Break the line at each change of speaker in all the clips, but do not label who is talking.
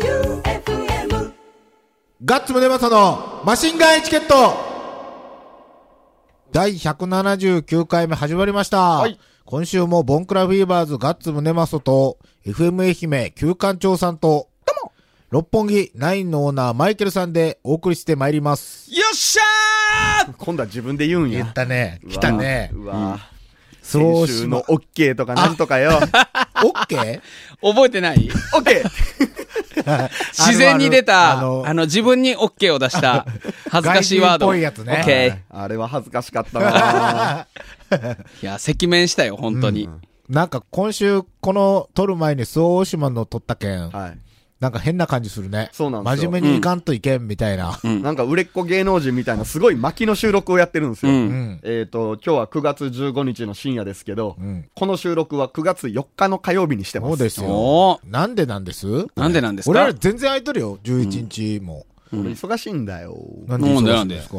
J-O-E-U-F-M
ガッツムネマソのマシンガンエチケット第179回目始まりました。
はい
今週もボンクラフィーバーズガッツムネマソと FM 愛媛旧館長さんと、六本木ナインのオーナーマイケルさんでお送りしてまいります。
よっしゃー今度は自分で言うん
言
や
っ。たね。来たね。
うわぁ。
そう
先
し
週
ま
のオッケーとかなんとかよ。
オッケー
覚え てない
オッケー
自然に出
あ
た、あ
の
の、自分に OK を 出した、恥ずかしいワード。
外人っぽいやつね
OK。
あれは恥ずかしかっ たなぁ
いや、赤面したよ、本当に。
なんか今週この撮る前に周防大島の撮った件、
はい。
なんか変な感じするね。
そうなんですよ
真面目にいかんといけんみたいな。
うん
なんか売れっ子芸能人みたいなすごい巻きの収録をやってるんですよ。
う。
うんん。
えっと、今日は9月15日の深夜ですけど、
うん。
この収録は9月4日の火曜日にしてます。
そうですよ。
お
なんでなんです
なんでなんですか
俺ら全然空いとるよ、11日も。
俺忙しいんだよ。
な
なんで
忙しいですか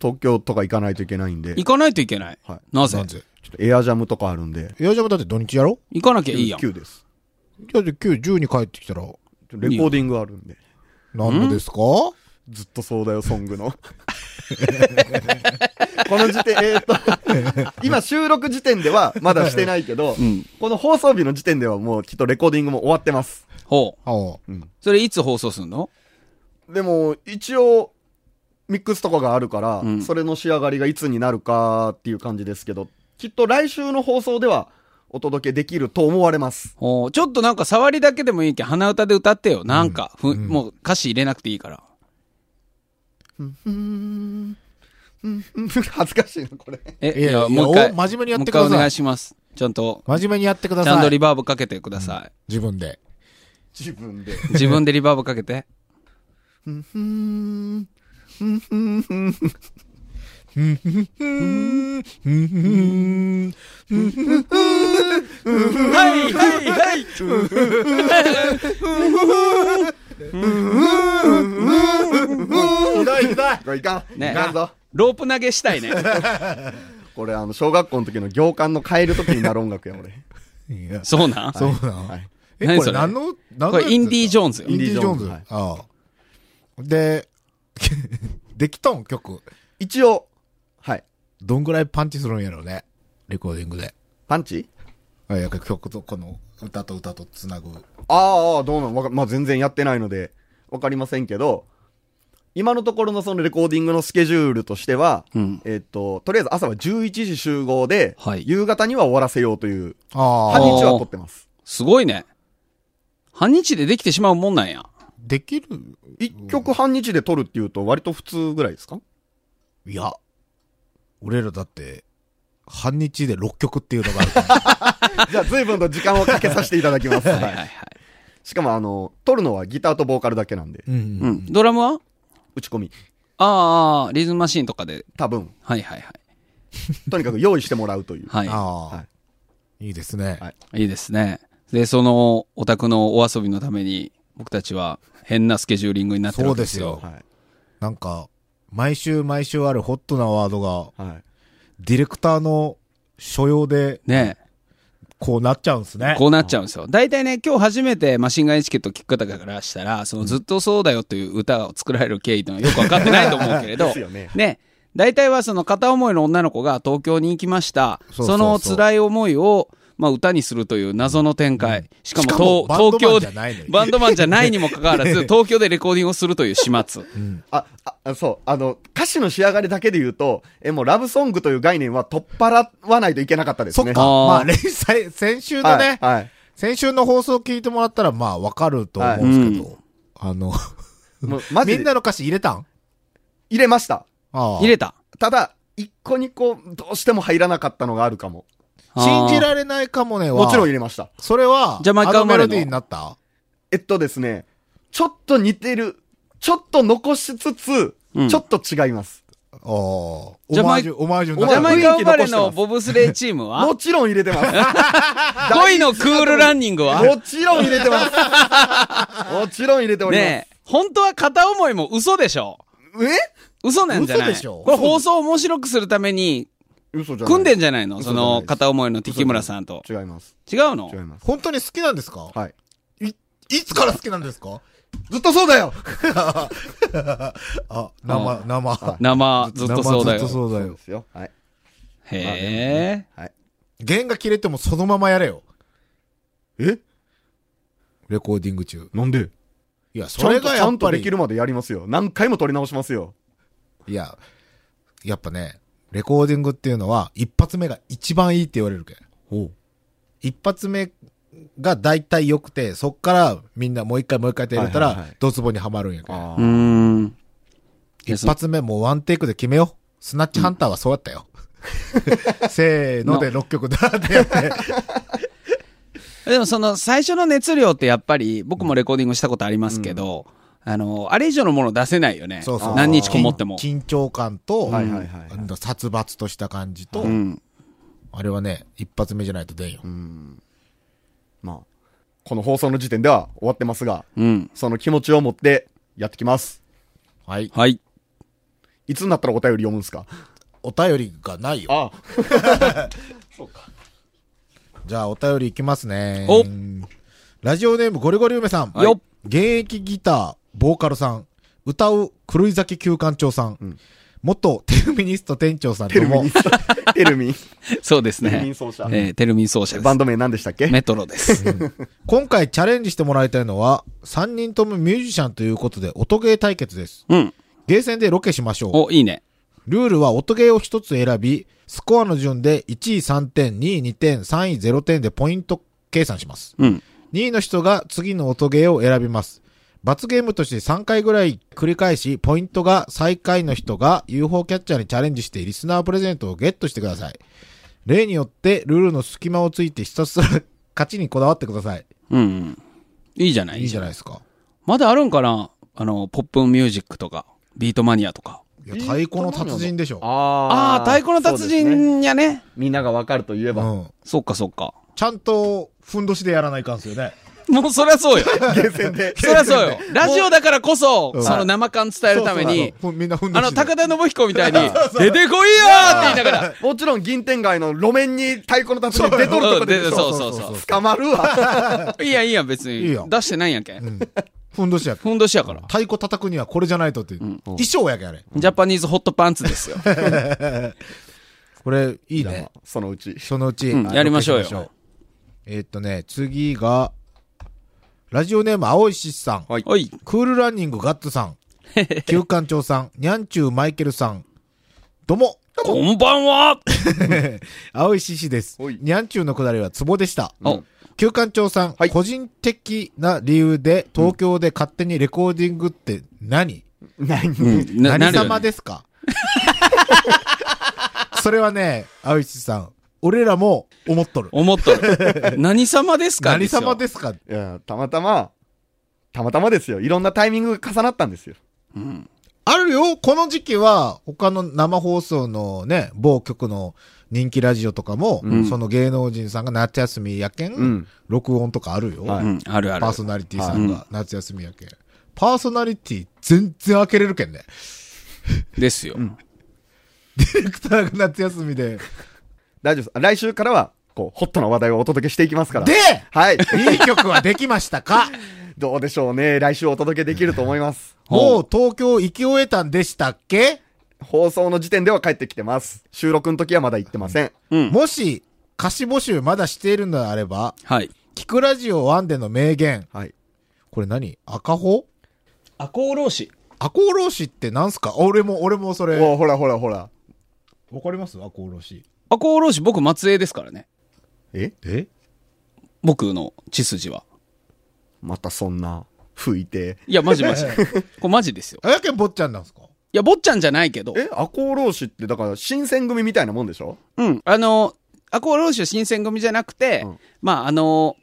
東京とか行かないといけないんで、
行
ちょ
かないといけない。
はい
なぜ
なんで
っとエアジャムとかあるんで、
いや、じゃあだって土日やろ
行かなきゃいいやん。
9です。
だって9、10に帰ってきたら、
ちょっとレコーディングあるんで。
なんでですか
ずっとそうだよ、ソングの。 この時点、えーっと、今収録時点ではまだしてないけど、
ん
この放送日の時点ではもうきっとレコーディングも終わってます。
ほう。
あ
それいつ放送すんの
でも、一応、ミックスとかがあるから、
ん
それの仕上がりがいつになるかっていう感じですけど、きっと来週の放送ではお届けできると思われます。
ほう。ちょっとなんか触りだけでもいいけど、鼻歌で歌ってよ。なんか、ふもう歌詞入れなくていいから。
恥ずかしいな、これ。
え、
いや
いや、
いや
もう一回。
お真面目にやってください
もう一回お願いします。ちゃんと、
真面目にやってくだ
ちゃん
さ
とリ
い。
バーブかけてくださ
自分で。
自分で。
い。自分でリバーブかけ て。はいはいはい
ひどいひど いこれいかん。
ね
いかんぞ。
ロープ投げしたいね。
これあの、小学校の時の行間の変える時になる音楽や、俺。
いや
そうなん
そうなの
はい
え、
何
これ
それ
何の、何
こ
の
れインディ・ジ
ョ
ョーンズよ
イン
ン
デ
デ
ィ・
ィ
ジ
ジ
ョー
ョー
ン
ン
ズ。
ズ
ああ。で、 できたん曲。
一応、はい。
どんぐらいパンチするんやろうね。レコーディングで。
パンチ
あいや曲と、この歌と歌とつなぐ。
ああ、どうなんわか、まあ、全然やってないので、わかりませんけど、今のところのそのレコーディングのスケジュールとしては、
うん
えっと、とりあえず朝は11時集合で、
はい
夕方には終わらせようという、
あ
半
あ。
日は撮ってます。
すごいね。半日でできてしまうもんなんや。
できる
一曲半日で撮るっていうと、割と普通ぐらい ですか
いや、俺らだって、半日で6曲っていうのがあるから。
じゃあ、随分と時間をかけさせていただきます。
はいはい
は
はいい。
しかも、あの、撮るのはギターとボーカルだけなん で、
うん
う
うん
ん。ドラムは
打ち込み、
あーあー、リズムマシーンとかで。
多分、
はいはいはい。
とにかく用意してもらうという。
はい。
ああ、、
はい
いですね。
はい
いいですね。で、その、オタクのお遊びのために、僕たちは変なスケジューリングになってるわけです
そう
よ。
で
はい。
なんか、毎週毎週あるホットなワードが、
はい。
ディレクターの所要で、
ね
こうなっちゃうんですね。
こうなっちゃうんですよ。大体ね、今日初めてマシンガンエチケットを聞く方からしたら、そのずっとそうだよという歌を作られる経緯というのはよくわかってないと思うけれど
です、よね。
ね、大体はその片思いの女の子が東京に行きました。
そう
そ
そうそう
の辛い思いを、まあ歌にするという謎の展開。しかも
しかも
東
バンド
東
マン
京
じゃ
で
ないのに、
バンドマンじゃないにもかかわらず、東京でレコーディングをするという始末。
あ、ああ、そう、あの、歌詞の仕上がりだけで言うと、え、もうラブソングという概念は取っ払わないといけなかったです
そっ
ね。
か。
あー
まあ、連載、先週のね、
はい。はい
先週の放送聞いてもらったら、まあ、わかると思うんですけど、あの、
もう、マジ
み
で
んなの歌詞入れたん
入れました。
ああ。
入れた。
ただ、一個二個、どうしても入らなかったのがあるかも。
信じ
れ
られないかもねは、
もちろん入れました。
それは、
ジャマイカ
あの
生ま
メ
れ
ロ
の
ディーになった
えっとですね、ちょっと似てる、ちょっと残しつつ、
うん
ちょっと違います。
ああ。オ
ジャ
マ
マ
ー
イ
ジュ、オマージュに
ジ
なっ
ャ
た
マイカ生まれ
ジャマイカ生まれ
の
の
ボブスレーチームは
もちろん入れてます。
恋のクールランニングは
もちろん入れてます。もちろん入れております。
ねえ、本当は片思いも嘘でしょ
え
嘘なんじゃない
嘘でしょ
これ放送を面白くするために、
嘘じゃない。
組んでんじゃないの
嘘
そ
じゃない
の
です
片思いの敵村さんと。
違います。
違うの
違います。
本当に好きなんですか
はい。
い、いつから好きなんですか
ずっとそう だよ
あ、生、生。
生、ずっとそうだ
生ずっと
よ。
そうだ
そう
よ
で。すよ。はい。
へえ。
はい。
弦が切れてもそのままやれよ。
え
レコーディング中。
なんで
いや、そ
それ
れ
が
が
ちゃ
や
ん
っ
と
ぱ
で
り
き、るまでやりますよ。何回も撮り直しますよ。
いや、やっぱね、レコーディングっていうのは、一発目が一番いいって言われるけん。一発目が大体良くて、そっからみんなもう一回もう一回って入れた
はいはい
ら
はい、
ドツボにはまるんやけん。
あ
うーん。いや
一発目もうワンテイクで決めよう。スナッチハンターはそうやった よ。せーので6曲だってや って。
でもその最初の熱量ってやっぱり僕もレコーディングしたことありますけど、あの、あれ以上のもの出せないよね。
そうそう。
何日こもっても。
緊緊張感と、
はいはいはい
あの殺伐とした感じと、
うん。
あれはね、一発目じゃないと出んよ。
まあ、この放送の時点では終わってますが、
うん。
その気持ちを持ってやってきます。
はい。
はい。
いつになったらお便り読むんすか
お便りがないよ。
あ
じゃあお便りいきますね。
お
ラジオネームゴリゴリ梅さん。
はいよっ
現役ギター、ボーカルさん。歌う狂い咲き旧館長さん。元テルミニスト店長さん
テ
と
ルミ
も
ン、テルミン。
そうですね。
テルミン奏者
えーテルミン奏者です。
バンド名何でしたっけ
メトロです。
今回チャレンジしてもらいたいのは、3人ともミュージシャンということで音ゲー対決です。
うん。
ゲーセンでロケしましょう。
お、いいね。
ルールは音ゲーを一つ選び、スコアの順で1位3点、2位2点、3位0点でポイント計算します。
うん。
2位の人が次の音ゲーを選びます。罰ゲームとして3回ぐらい繰り返し、ポイントが最下位の人が UFO キャッチャーにチャレンジしてリスナープレゼントをゲットしてください。例によってルールの隙間をついてひたすら勝ちにこだわってください。
うん。いいじゃない
いいじゃない
い。
ですか。
まだあるんかなあの、ポップンミュージックとか、ビートマニアとか。
いや、太鼓の達人でしょ。
あ
ああー、太鼓の達
そうですね
人やね。
みんながわかると言え
う
ば、
ん。
そっかそっか。
ちゃんと、ふんどしでやらないかんすよね。
もうそりゃそうよ。
ゲーセンで。
そりゃそうよ。ラジオだからこそ、
うん
その生感伝えるため
そ
に
う、そうそうふんみんなふんど
あ
しで。
の、高田信彦みたいに、出てこいよーって言いながら、
もちろん銀天街の路面に太鼓の達人出とると
う
こ
ん
で
で
しょ
そうそうそう
捕まるわ。
いいやんいいやん別に。
いいやん
出してないやんけ。ん、
ふんどしや。
ふんどしやから。
太鼓叩くにはこれじゃないとって。衣装やけん、あれ。
ジャパニーズホットパンツで すよ。
これ、いい
じゃあ
ね
まあ。そのうち。
そのうち、
うん
はい
やりましょうよ
ロケえーっとね、次が、ラジオネーム、青いしさん、
はい
おい。
クールランニングガッツ さん、旧館長さん、にゃんちゅうマイケルさん、どうも、
こんばんは
青いししです
はい。
にゃんちゅうのくだりはツボでした。
お、
旧館長さん、
はい
個人的な理由で東京で勝手にレコーディングって何、
うんな、な
何
るよね
様ですかそれはね、青いしさん、俺らも思っとる。
思っ とる。何様ですか
何様
す
ですか
いや、たまたま、たまたまですよ。いろんなタイミングが重なったんですよ。
よ。うん。
あるよこの時期は、他の生放送のね、某局の人気ラジオとかも、
ん
その芸能人さんが夏休みやけん、
うん
録音とかあるよ、
はい
うん、あるある
パー。ソナリティさんが夏休みやけん。パーソナリティ全然開けれるけんね。
ですよ。
ディレクターが夏休みで。
大丈夫です。来週からは、こう、ホットな話題をお届けしていきますから。
で
はい。
いい曲はできましたか
どうでしょうね。来週お届けできると思います。
もう東京行き終えたんでしたっけ、
放送の時点では帰ってきてます。収録の時はまだ行ってません。
うん。
もし、歌詞募集まだしているのであれば、
はい。
聞くラジオ1での名言。
はい。
これ何赤穂
赤穂浪士。
赤穂浪士ってなんすか俺も、俺もそれ。
おほらほらほら。
わかります赤穂浪士。
赤穂浪士、僕、松江ですからね。
え
え
僕の血筋は。
またそんな、吹いて。
いや、マジ マジ。これマジですよ。
あやけん坊ちゃんなんすか
いや、坊ちゃんじゃないけど。
え赤穂浪士って、だから、新選組みたいなもんでしょ
うん。あの、アコーローシュ新選組じゃなくて、
うん
まあ、あの、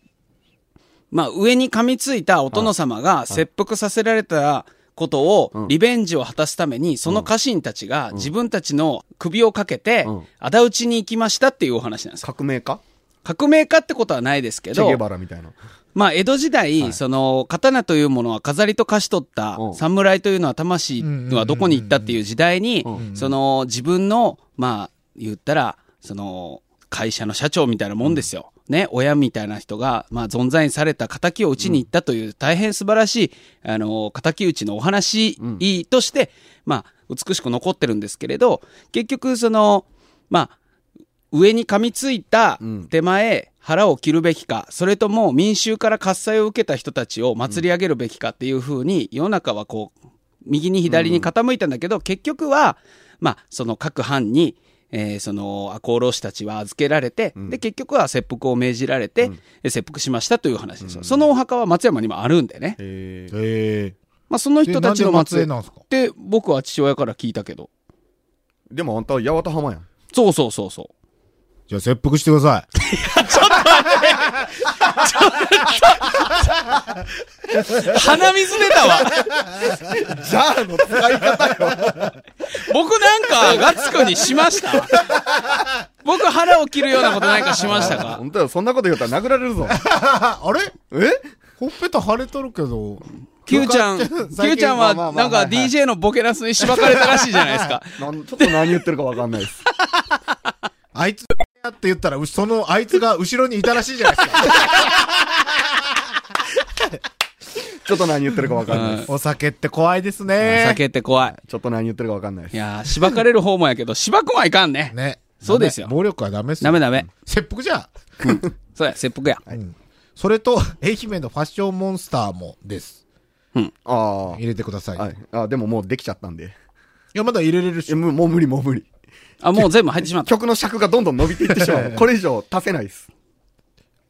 まあ、上に噛みついたお殿様が切腹させられたこと
う
を
ん、
リベンジを果たすために、その家臣たちが自分たちの首をかけて
うん、
仇討ちに行きましたっていうお話なんですよ。
革命家
革命家ってことはないですけ
チェゲ
ど、
バラみたいな。
まあ、江戸時代、その、刀というものは飾りと化しとった
う、ん
侍というのは魂はどこに行ったっていう時代に、その、自分の、まあ、言ったら、その、会社の社長みたいなもんですよ。ね、親みたいな人が、まあ、存在にされた仇を打ちに行ったという、大変素晴らしい、あの、仇討ちのお話として、まあ、美しく残ってるんですけれど、結局、その、まあ、上に噛みついた手前、腹を切るべきか、それとも民衆から喝采を受けた人たちを祭り上げるべきかっていうふうに、世の中はこう、右に左に傾いたんだけど、結局は、まあ、その各藩に、えーその赤穂浪士たちは預けられて、で、結局は切腹を命じられて、え切腹しましたという話ですよ。そのお墓は松山にもあるんでね。
へ
え
え。
まあ、その
え
人たちの
松
末
江
裔っ
なんすか
て、僕は父親から聞いたけど。
でもあんたは八幡浜やん。
そうそうそうそう。
じゃあ切腹してください。
鼻水出たわ
じゃあの使い方よ。
僕なんか、ガツくにしました僕腹を切るようなことなんかしましたか
本当よ、そんなこと言ったら殴られるぞ。
あ、あれ
え
ほっぺた腫れとるけど。
Q ちゃん、Q ちゃんはなんか DJ のボケナスにしばかれたらしいじゃないですか。
なんちょっと何言ってるかわかんないです。
あいつ、やって言ったら、うその、あいつが後ろにいたらしいじゃないですか。
ちょっと何言ってるかわかんないです。
お酒って怖いですね。
酒って怖い。
ちょっと何言ってるかわかんないです
い。やー、しばかれる方もやけど、しばくもはいかんね。
ね。
そうですよ
ダメ暴力はダメっすよ
ダメダメ。
切腹じゃあ
そうや、切腹や。
うんそれと、 愛媛のファッションモンスターもです。
あ
入れてください。
あ。はいい。あでももうできちゃったんで。
や、まだ入れれる
い
し
や。もうもう無理、もう無理。
あ、もう全部入ってしまった。
曲の尺がどんどん伸びていってしまう。これ以上足せないです。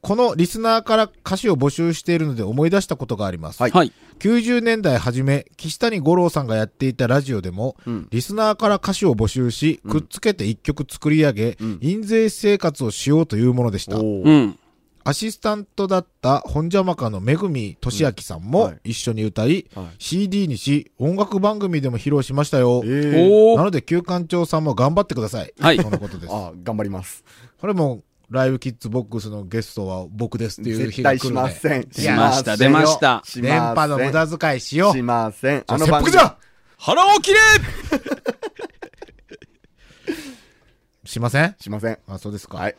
このリスナーから歌詞を募集しているので思い出したことがあります。
はい
はい。
90年代初め、岸谷五郎さんがやっていたラジオでも、リスナーから歌詞を募集し、くっつけて一曲作り上げ、印税生活をしようというものでした。
お
う
ー
ん。
アシスタントだった本邪魔家のめぐみとしあきさん
うん
も
はい
一緒に歌い、
はい
CD にし、音楽番組でも披露しましたよ。
ええ。
お
な
ー。
ので、旧館長さんも頑張ってください。
はい
そのことです。
あ頑張ります。
これも、ライブキッズボックスのゲストは僕ですっていう日
絶
が
対
来
し
るの
ま
で。
せん。
い
し
や
ました、出ました。
しません
電波の無駄遣いしよう。
しません。
あの
番組
切腹だ
腹を切れ
しません
しません。
あ、そうですか。
はい。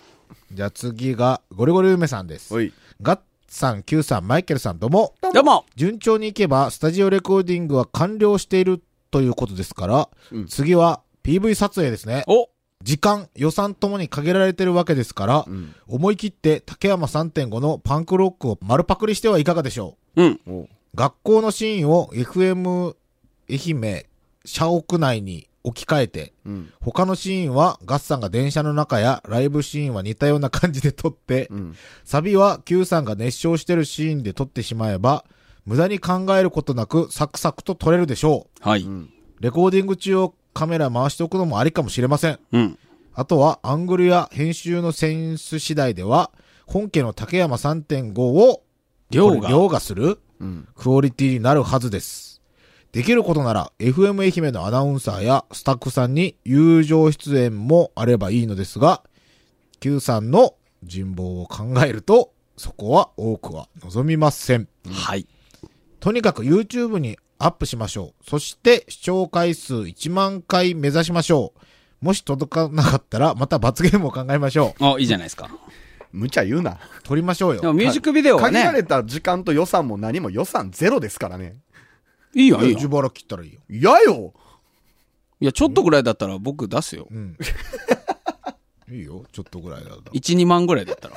じゃあ次が、ゴリゴリ梅さんです。
おい。
ガッツさん、キューさん、マイケルさん、どうも。
どうも
順調にいけば、スタジオレコーディングは完了しているということですから、
うん
次は PV 撮影ですね。
お
時間、予算ともに限られてるわけですから、
うん。
思い切って竹山3.5のパンクロックを丸パクリしてはいかがでしょ
うん。
おう
う学校のシーンを FM 愛媛社屋内に置き換えて、
うん。
他のシーンはガッサンが電車の中やライブシーンは似たような感じで撮って、
うん。
サビは Q さんが熱唱してるシーンで撮ってしまえば、無駄に考えることなくサクサクと撮れるでしょ
は
う
い。
ん。
う。レコーディング中をカメラ回しておくのもありかもしれません。
うん。
あとはアングルや編集のセンス次第では、本家の竹山3.5を
量
こ
が
れ。凌駕する
うん。
クオリティになるはずです。できることなら FM 愛媛のアナウンサーやスタッフさんに友情出演もあればいいのですが、Q さんの人望を考えると、そこは多くは望みません。
はい。
とにかく YouTube にアップしましょう。そして視聴回数1万回目指しましょう。もし届かなかったらまた罰ゲームを考えましょ
あ、いいじゃないですか。
無茶言うな。
う。撮りましょう
でも
よ。
ミュージックビデオは
限られ
ね、
た時間と予算も何も予算ゼロですからね。
いいよ、いいよ
自。腹切ったらいいよ。
嫌よ
いや、ちょっとぐらいだったら僕出すよ。
うん。いいよ。ちょっとぐらいだと。
1、2万ぐらいだったら。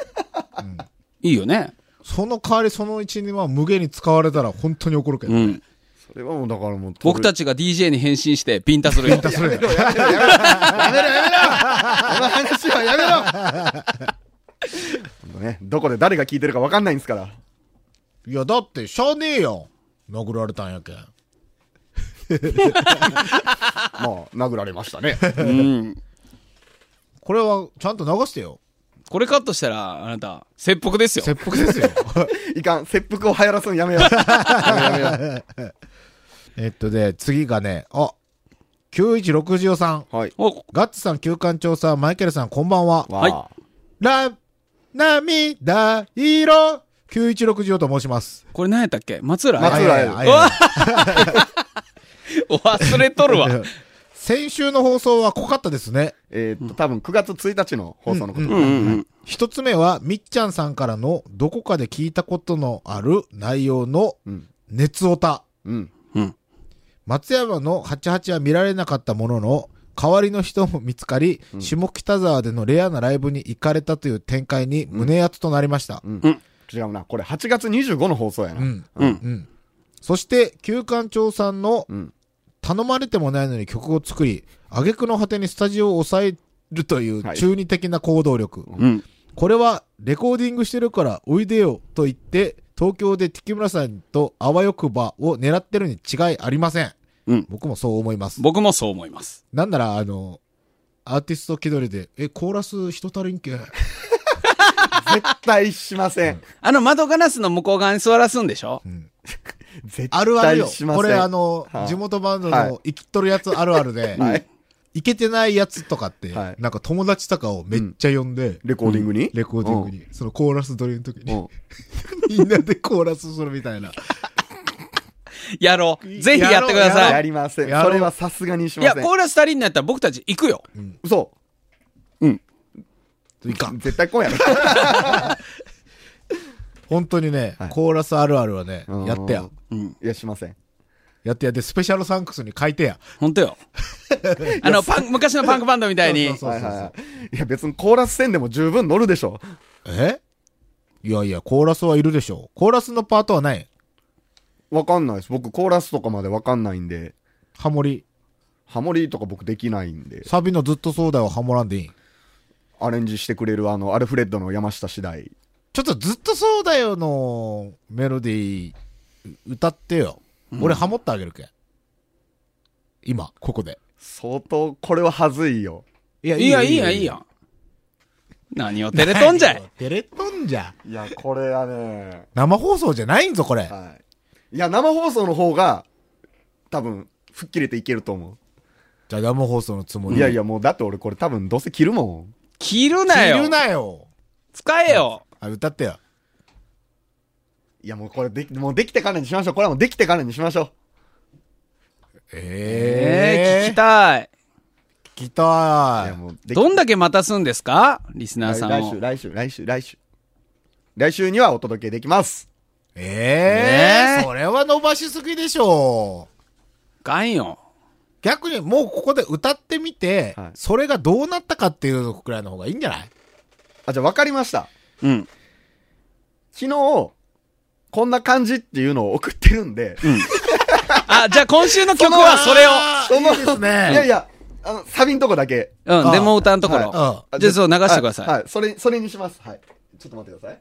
いいよね。
その代わりその1、2万無限に使われたら本当に怒るけど。
うん。
それはもうだからもう。
僕た
ち。
ちが DJ に変身してビンタするよ。
だそれだ
この話はやめろね、どこで誰が聞いてるかわかんないんですから。
いや、だって、しゃあねえやん。殴られたんやけん。
まあ、殴られましたね。
うん。
これは、ちゃんと流してよ。
これカットしたら、あなた、切腹ですよ。
切腹です よ。
いかん、切腹を流行らすのやめよう。やめようやめよ
えっとで、次がね、あ、9164さん。
う。はい。
お、
ガッツさん、旧館長さん、マイケルさん、こんばんは。
わあ
は
ラ、涙、色、9164と申します。
これ何やったっけ松浦
松
綾
浦綾
はいはいはいはい
お忘れとるわ。
先週の放送は濃かったですね。
えーっと、多分9月1日の放送のこ
う
と。
んうんうん。
一つ目は、みっちゃんさんからのどこかで聞いたことのある内容の
うん
熱オタ。
うん。
うん。
松山の88は見られなかったものの、代わりの人も見つかり、下北沢でのレアなライブに行かれたという展開に胸熱となりました。
違うな。これ8月25の放送やな。
うん。う
うん。
ん。そして、旧館長さんの
うん、
頼まれてもないのに曲を作り、挙句の果てにスタジオを抑えるという
はい
中二的な行動力。
うん。
これは、レコーディングしてるから、おいでよと言って、東京で木村さんとあわよくばを狙ってるに違いありません。
うん
僕もそう思います。
僕もそう思います。
なんなら、あの、アーティスト気取りで、え、コーラス人足りんけ。
絶対しません。
あの窓ガラスの向こう側に座らすんでしょ
絶
あるある
対
よ。
しません。
これあ、の、
はい
地元バンド
はい
の生きとるやつあるある で、
はい。
いけてないやつとかって、
はい
なんか友達とかをめっちゃ呼んで、
レコーディングに
レコーディングに、そのコーラス撮りの時
う
に、
ん
みんなでコーラスするみたいな。
やろう。ぜひやってくだ
はい
さ
や
い。
りません。
やろ
そうれはさすがにし
い
ま
や、
せん
コ。ーラス足りんのやったら僕たち行くよ。
嘘。
うん。
いかん。
絶対来 んやろ。
本当にね、
はい
コーラスあるあるはね、やってや。
うん。
いや、しません。
やってやって、スペシャルサンクスに書いてや。
本当よ。あの、パン、昔のパンクバンドみたいに
そう。そう
は
そう
い
そう
はい。いや、別にコーラス戦でも十分乗るでしょ。
えいやいや、コーラスはいるでしょコーラスのパートはない。
わかんないです。僕、コーラスとかまでわかんないんで、
ハモリ。
ハモリとか僕できないんで、
サビのずっとそうだよ、ハモらんでいい。
アレンジしてくれるあの、アルフレッドの山下次第。
ちょっとずっとそうだよのメロディー歌ってよ。俺ハモってあげるけ。今、ここで。
相当、これははずいよ。
いや
いいや、いいや、いいや。。何を照れとんじゃい。
テレトンじゃ。
いや、これはね、
生放送じゃないんぞ、これ。
はい。いや、生放送の方が、多分、吹っ切れていけると思
じゃあ生放送のつも
う。
り。
いやい
や、
や、もう、だって俺これ多分、どうせ切るもん。
切るな
切る
よ。
なよ。
使えよ。
あ、歌ってよ。
いや、もうこれでき、もうできてからにしましょう。これはもうできてからにしましょう。
ええ、聞
え
き
え
たい。
聞きた
い
い
や、。もうでき、
どんだけ待たすんですかリスナー
来
さん
来週、
を。
来週、来週、来週。来週にはお届けできます。
え
ね
え
え
それは伸ばしすぎでしょう。
ガンよ。
逆にもうここで歌ってみて、
はい
それがどうなったかっていうくらいの方がいいんじゃない
あ、じゃあ分かりました。
うん。
昨日、こんな感じっていうのを送ってるんで、
あ、じゃあ今週の曲はそれを。
そのいいですね。
いやいや、あの、サビんとこだけ。
うん、
あ
デモ歌のところ。
は。
じゃあそう流してください
はい、はいそれ、それにします。はい。ちょっと待ってください。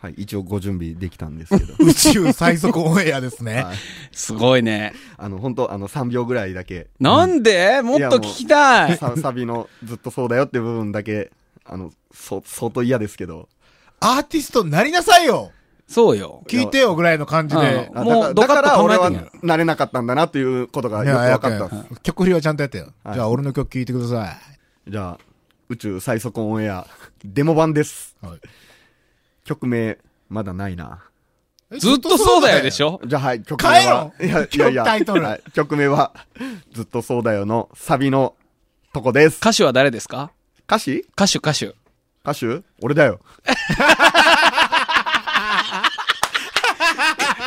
はい、一応ご準備できたんですけど
宇宙最速オンエアですね。
はい
すごいね。
あの、本当あの、3秒ぐらいだけ、
なんでもっと聞きたい。
さサビのずっとそうだよって部分だけ、あの、そ、相当嫌ですけど。
アーティストになりなさいよ
そうよ。
聞いてよぐらいの感じで
う。ん
あ
もう
だか
ドカッ
らだから
と構え
俺
て
は
んやろ
なれなかったんだなっていうことがよく
ね
分かったっす。
曲振りはちゃんとやってよ。
はい
じゃあ俺の曲聞いてくださ
じゃあ、宇宙最速オンエア、デモ版です。
い。はい
曲名、まだないな。
ずっとそうだよでしょ
じゃあはい、曲名は。
帰ろ
いやいやいや
曲タイトル
はい曲名は、ずっとそうだよのサビのとこです。
歌手は誰ですか
歌詞
歌手、歌 手。
歌手俺だよ。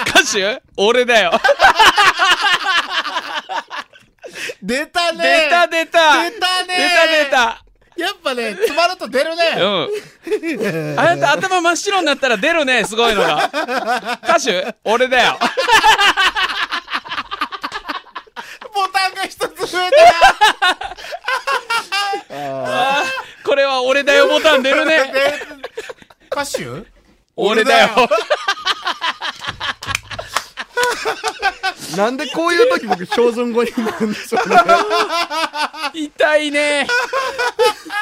歌手俺だよ。
出たね
出た出
出
た
たね
出た
やっぱね、つまると出る
出た
ね
うん。あなた頭真っ白になったら出るね、すごいのが。歌手俺だよ。
ボタンが一つ増えた
あーこれは俺だよボタン出るね。
歌手
俺だよ。
なんでこういう時僕、標準語になるんでしょうね。
痛いね。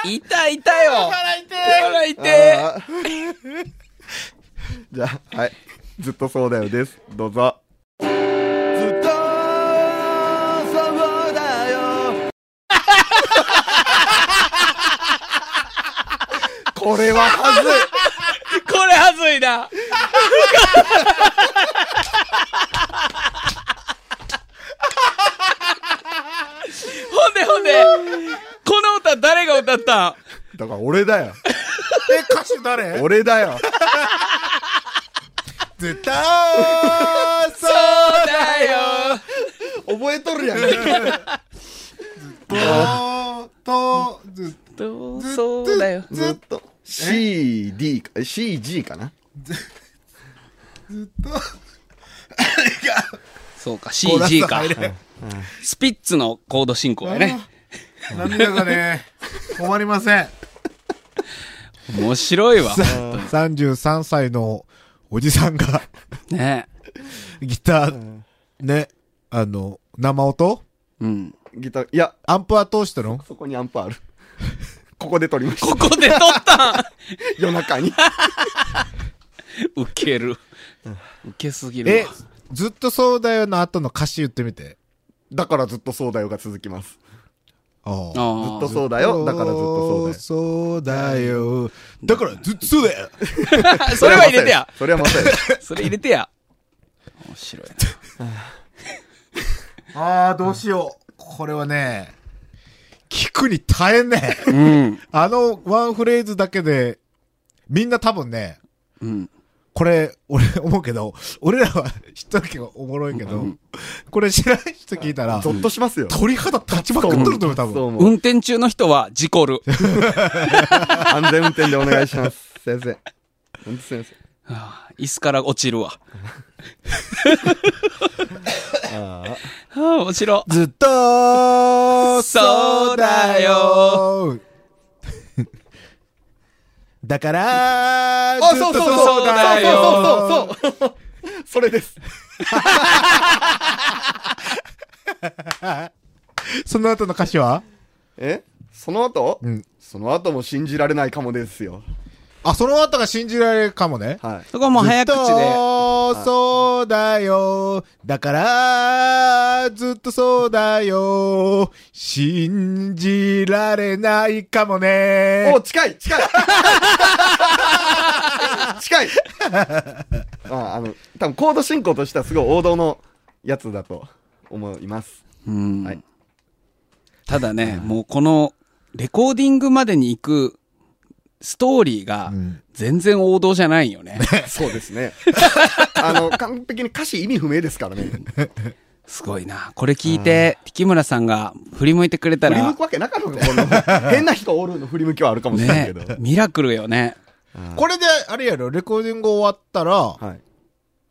痛い痛いよ。
笑いて
痛いて。
あーじゃあ、はい。ずっとそうだよです。どうぞ。ずっとそうだよ。 これははずい。
これはずいな。
俺だよ。
え、歌手誰
俺だよ。
絶対そう
だよ
覚えとるやん。
と、ず、
どうそうだよ。
ずっと。CD か、CG かな。
そう
コ
か、
ーラス
CG か
入。れ
スピッツのコード進行やね。
涙がね、困りません。
面白いわ。
33歳のおじさんが、
ね
ギター、ね、あの、生音
うん。
ギター、いや、
アンプは通しての
そこにアンパーある。 ここで撮りまし
こ
た。
こで撮ったん
夜中に。
ウケる。ウケすぎる
え
わ。、
ずっとそうだよの後の歌詞言ってみて。
だからずっとそうだよが続きます。
あ
あ
あ。
ずっ
ー
とそうだよ。だからずっと
そうだよ。だからずっとそうだよ。
あ そ
そう
れ
だよ。
は入れて や。
それはまさや。
それ入れてや。面白いな。
ああ、どうしよう。これはね、聞くに耐えんね。
うん。
あのワンフレーズだけで、みんな多分ね、
うん。
これ、俺思うけど、俺らは知った時はおもろいけど、これ知らない人聞いたら、
ゾッとしますよ。
鳥肌立ちまくっとると思う、多
そう
分。
思う
運転中の人は事故る。
安全運転でお願いします。先生。本当先生。
はあ椅子から落ち るわ。
あ
ああ、面白い。
ずっと、
そうだよ。
だから、
あ、
ずっ
そう
と
そう
そ
そうう
だよ。
そうそうそうそうそう。それです。
その後の歌詞は
えその後
うん。
その後も信じられないかもですよ。
あ、その後が信じられるかもね。
はい。
そこはもう早口
ずっ
で。
とそうだよ。だから、ずっとそうだよ。信じられないかもね
お、。近い 近い近い まあ、あの、多分コード進行としてはすごい王道のやつだと思 います。
うん
はい
ただね、もうこのレコーディングまでに行くストーリーが
ん
全然王道じゃないよね。
そうですね。 あの、完璧に歌詞意味不明ですからね。
すごいな。これ聞いて、木村さんが振り向いてくれた
振り向
ら
く、わけなかったのかこ の変な人おるの振り向きはあるかもしれないけ
ね
ど。、
ミラクルよね。
これで、あれやろ、レコーディング終わったら、
はい。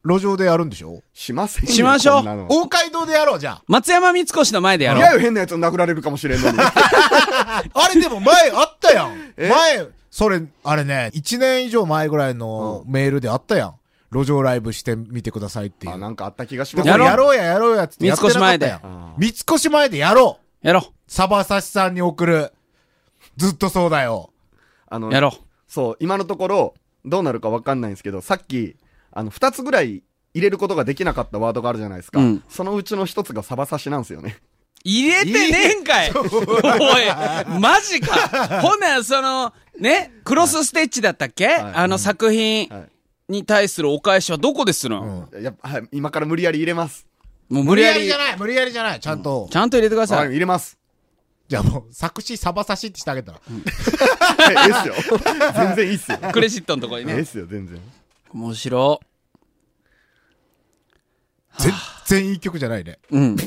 路上でやるんでしょ
しませんよ
しましょう
こんなの
大街道でやろう、じゃ
松山三越の前でや
い
ろ
や
う。
よ、変なやつ殴られるかもしれん のに。
あ。あれでも前あったやん。
え
前、それ、あれね、1年以上前ぐらいのメールであったやん。路上ライブしてみてくださいってい
あ、
う。
なんかあった気がし
で
ま
こ
す。
れ
や
やろ
ろう
うや、やろうやっつってやってなかったやん
あ
三越前でやろう
やろ
サバサシさんに送る。ずっとそうだよ。
あの
う。やろ
そう、今のところ、どうなるかわかんないんですけど、さっき、あの、二つぐらい入れることができなかったワードがあるじゃないですか。
うん
そのうちの一つがサバサシなんですよね。
う。入れてねえんかいおい、マジかほんならその、ね、クロスステッチだったっけ
い
あの作品
は
に対するお返しはどこですの
うん。
い。やっぱ、はい、今から無理やり入れます。
もう
無
無
理
理
や
や
り
り
じゃ、ない、無理やりじゃない。ちゃんと
ち。ゃんと入れてくだ
は
さ
い、
い。
入れます。
じゃあもう、作詞サバサシってしてあげたら。
え、ええっすよ。 全然いいっすよ。
クレジットのとこに
ええっ
ね。
すよ、全然。
面白。
全然いい曲じゃないね。
うん。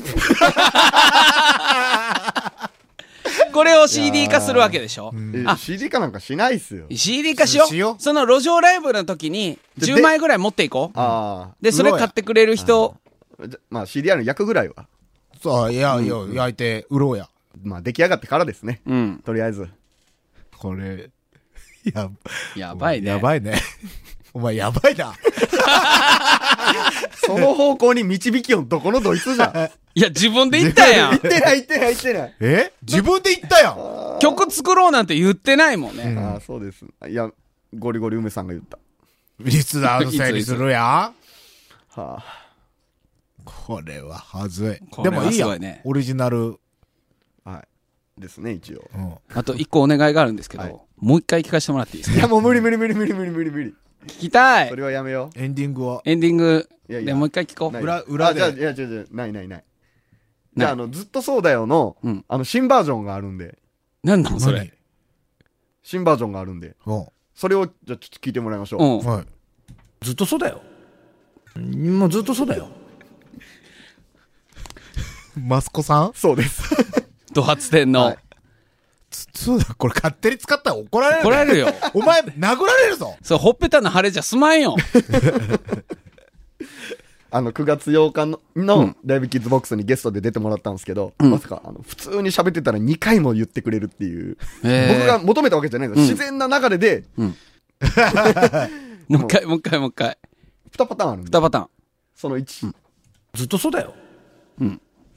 これを CD 化するわけでしょ
え
あ
CD かなんかしないっすよ。
?CD 化しよ
しよ
う。その路上ライブの時に
で
10枚ぐらい持っていこう。
あ
で、それ買ってくれる人、
あ。じゃまあ CDR の役ぐらいは、
そう、いやいや、焼いて、売ろうや。
まあ出来上がってからですね。
うん。
とりあえず。
これ、や、
やばいね。
やばいね。 お前やばいな。
その方向に導きをどこのドイツじゃん。
いや、自分で言ったや
行
ん。
ってない、行ってない、行ってない。
え自分で言ったやん。
曲作ろうなんて言ってないもんね。
ああ、そうです。いや、ゴリゴリ梅さんが言った。
リスナーのせいにするやん。
はあ。
これははずい。
こ
で
れ
も
はい
いや
すごいね
ん。オリジナル。
はい。ですね、一応。
うん。
あと一個お願いがあるんですけど、
はい
もう一回聞かせてもらっていいです
い
か
や、もう無理無理無理無理無理無理無理。
聞きたい
それはやめよ
エンディングは。
エンディング
いやい
で
や
もう一回聞こ。
う。ないう
裏裏で
あじゃあ、いや、違う違う、ないないない。じ
ない
ゃあ、あの、ずっとそうだよの
うん、
あの、新バージョンがあるんで。
なんなのそれ。
新バージョンがあるんで、
うん。
それをじゃあちょっと聞いてもらいましょう。
うん。
はい。
ずっとそうだよ。もうずっとそうだよ。
マスコさん
そうです。
ド発電の。
はい
つそうだ、これ勝手に使ったら怒られる。
怒られるよ。
お前、殴られるぞ
そう、ほっぺたの腫れじゃすまんよ。
あの、9月8日の、のライブキッズボックスにゲストで出てもらったんですけど、まさか、あの、普通に喋ってたら2回も言ってくれるっていう、
へー
僕が求めたわけじゃないです、自然な流れで、
もう一回、もう一回、もう一回。
2パターンあるんで
二、パターン。
その1、
ずっとそうだよ。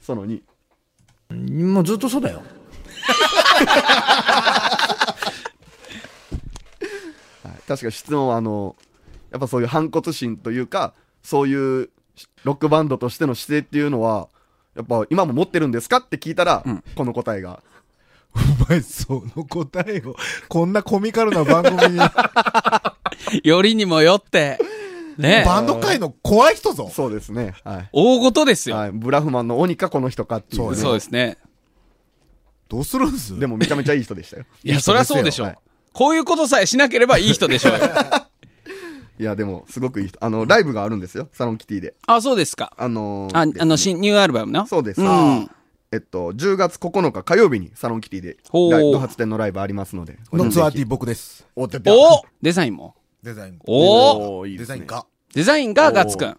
その2。
もうずっとそうだよ。
はい確か質問は、あの、やっぱそういう反骨心というか、そういうロックバンドとしての姿勢っていうのは、やっぱ今も持ってるんですかって聞いたら、この答えが。
お前、その答えを、こんなコミカルな番 組に、
よりにもよって。ね
バンド界の怖い人ぞ。
そうですね。はい。
大事ですよ。
はい、ブラフマンの鬼かこの人かっていう、ね。
そうですね。
どうするんす
でもめちゃめちゃいい人 でしたよ。
いや、そりゃそうでしょ。こういうことさえしなければいい人でしょうよ。
いや、でも、すごくいい人。あの、ライブがあるんですよ。サロンキティで。
あ、そうですか。
あのー
あ、あ
です
の、新、ニューアルバムな。
そうです、
うん。
えっと、10月9日火曜日にサロンキティで、
ほう
ライブド発展のライブありますので。
のツアー
ぜ
テ
ひ
ィー僕です。
おてて
おデザインも。
デザイン。
お
おーい
デ
いです
ザ
ね
インか。
デザインがガッツくん。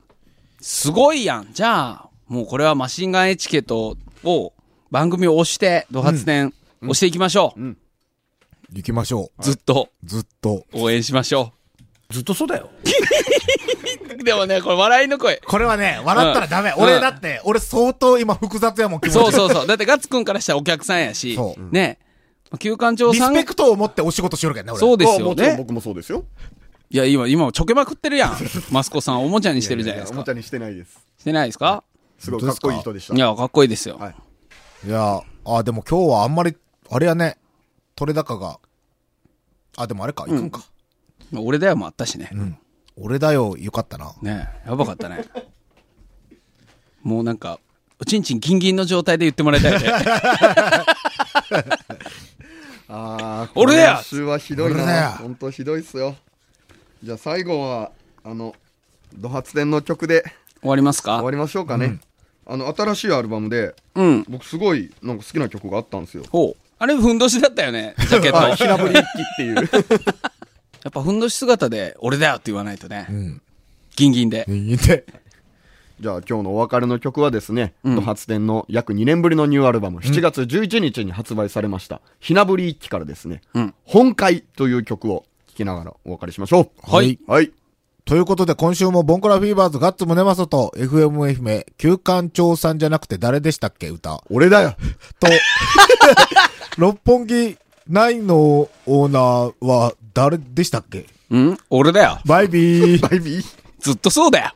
すごいやん。じゃあ、もうこれはマシンガンエチケットを、番組を押して、ド発電、押していきましょう。
行きましょう。ず
ずっと
ずっと。
応援しましょ
ずっとそうだよ。
う。でもね、これ笑いの声。
これはね、笑ったらダメ。
うん
俺だって、俺相当今複雑やもん、気持ち。
そうそうそう。だってガッツくんからしたらお客さんやし
そう、
ね。休館長
リ
さ
ス
ん
ペ、クトを持ってお仕事しよるけどね、俺。
そう
う。
です
あも
よ
ちろん
ね。
僕もそうですよ。
いや、今、今、ちょけまくってるやん。マスコさん、おもちゃにしてるじゃないです
ややお
か
もち。ゃにしてないです。
してないですか
すごいかっこいい人でした。
いや、かっこいいですよ。
はい。
いや、あ、でも今日はあんまり、あれやね、取れ高が。あ、でもあれか、行くんか。
俺だよもあったしね。
俺だよ、よかったな。
ねえやばかったね。もうなんか、おちんちんギンギンの状態で言ってもらいたいね。
ああ、
俺だよ
今週はひどい
俺だよ
な。本当ひどいっすよ。じゃあ最後は、あの、ド発展の曲で
終わりますか
終わりましょうかね。あの、新しいアルバムで、
うん。
僕すごい、なんか好きな曲があったんですよ。
ほう。あれ、ふんどしだったよね、ジャケット。
はい、ひ
や
なぶり一 揆っていう。
っぱふんどし姿で、俺だよって言わないとね。ギンギンで。
右手。
じゃあ今日のお別れの曲はですね、ド発展の約2年ぶりのニューアルバム、7月11日に発売されました、ひなぶり一揆からですね、
うん
本会という曲を聴きながらお別れしましょう。
はい。
はい。
ということで、今週もボンコラフィーバーズガッツムネマソと FM 愛媛、休館長さんじゃなくて誰でしたっけ歌。
俺だよ。
と、六本木ナインのオーナーは誰でしたっけ
うん俺だよ。
バイビー。
バイビー。
ずっとそうだよ。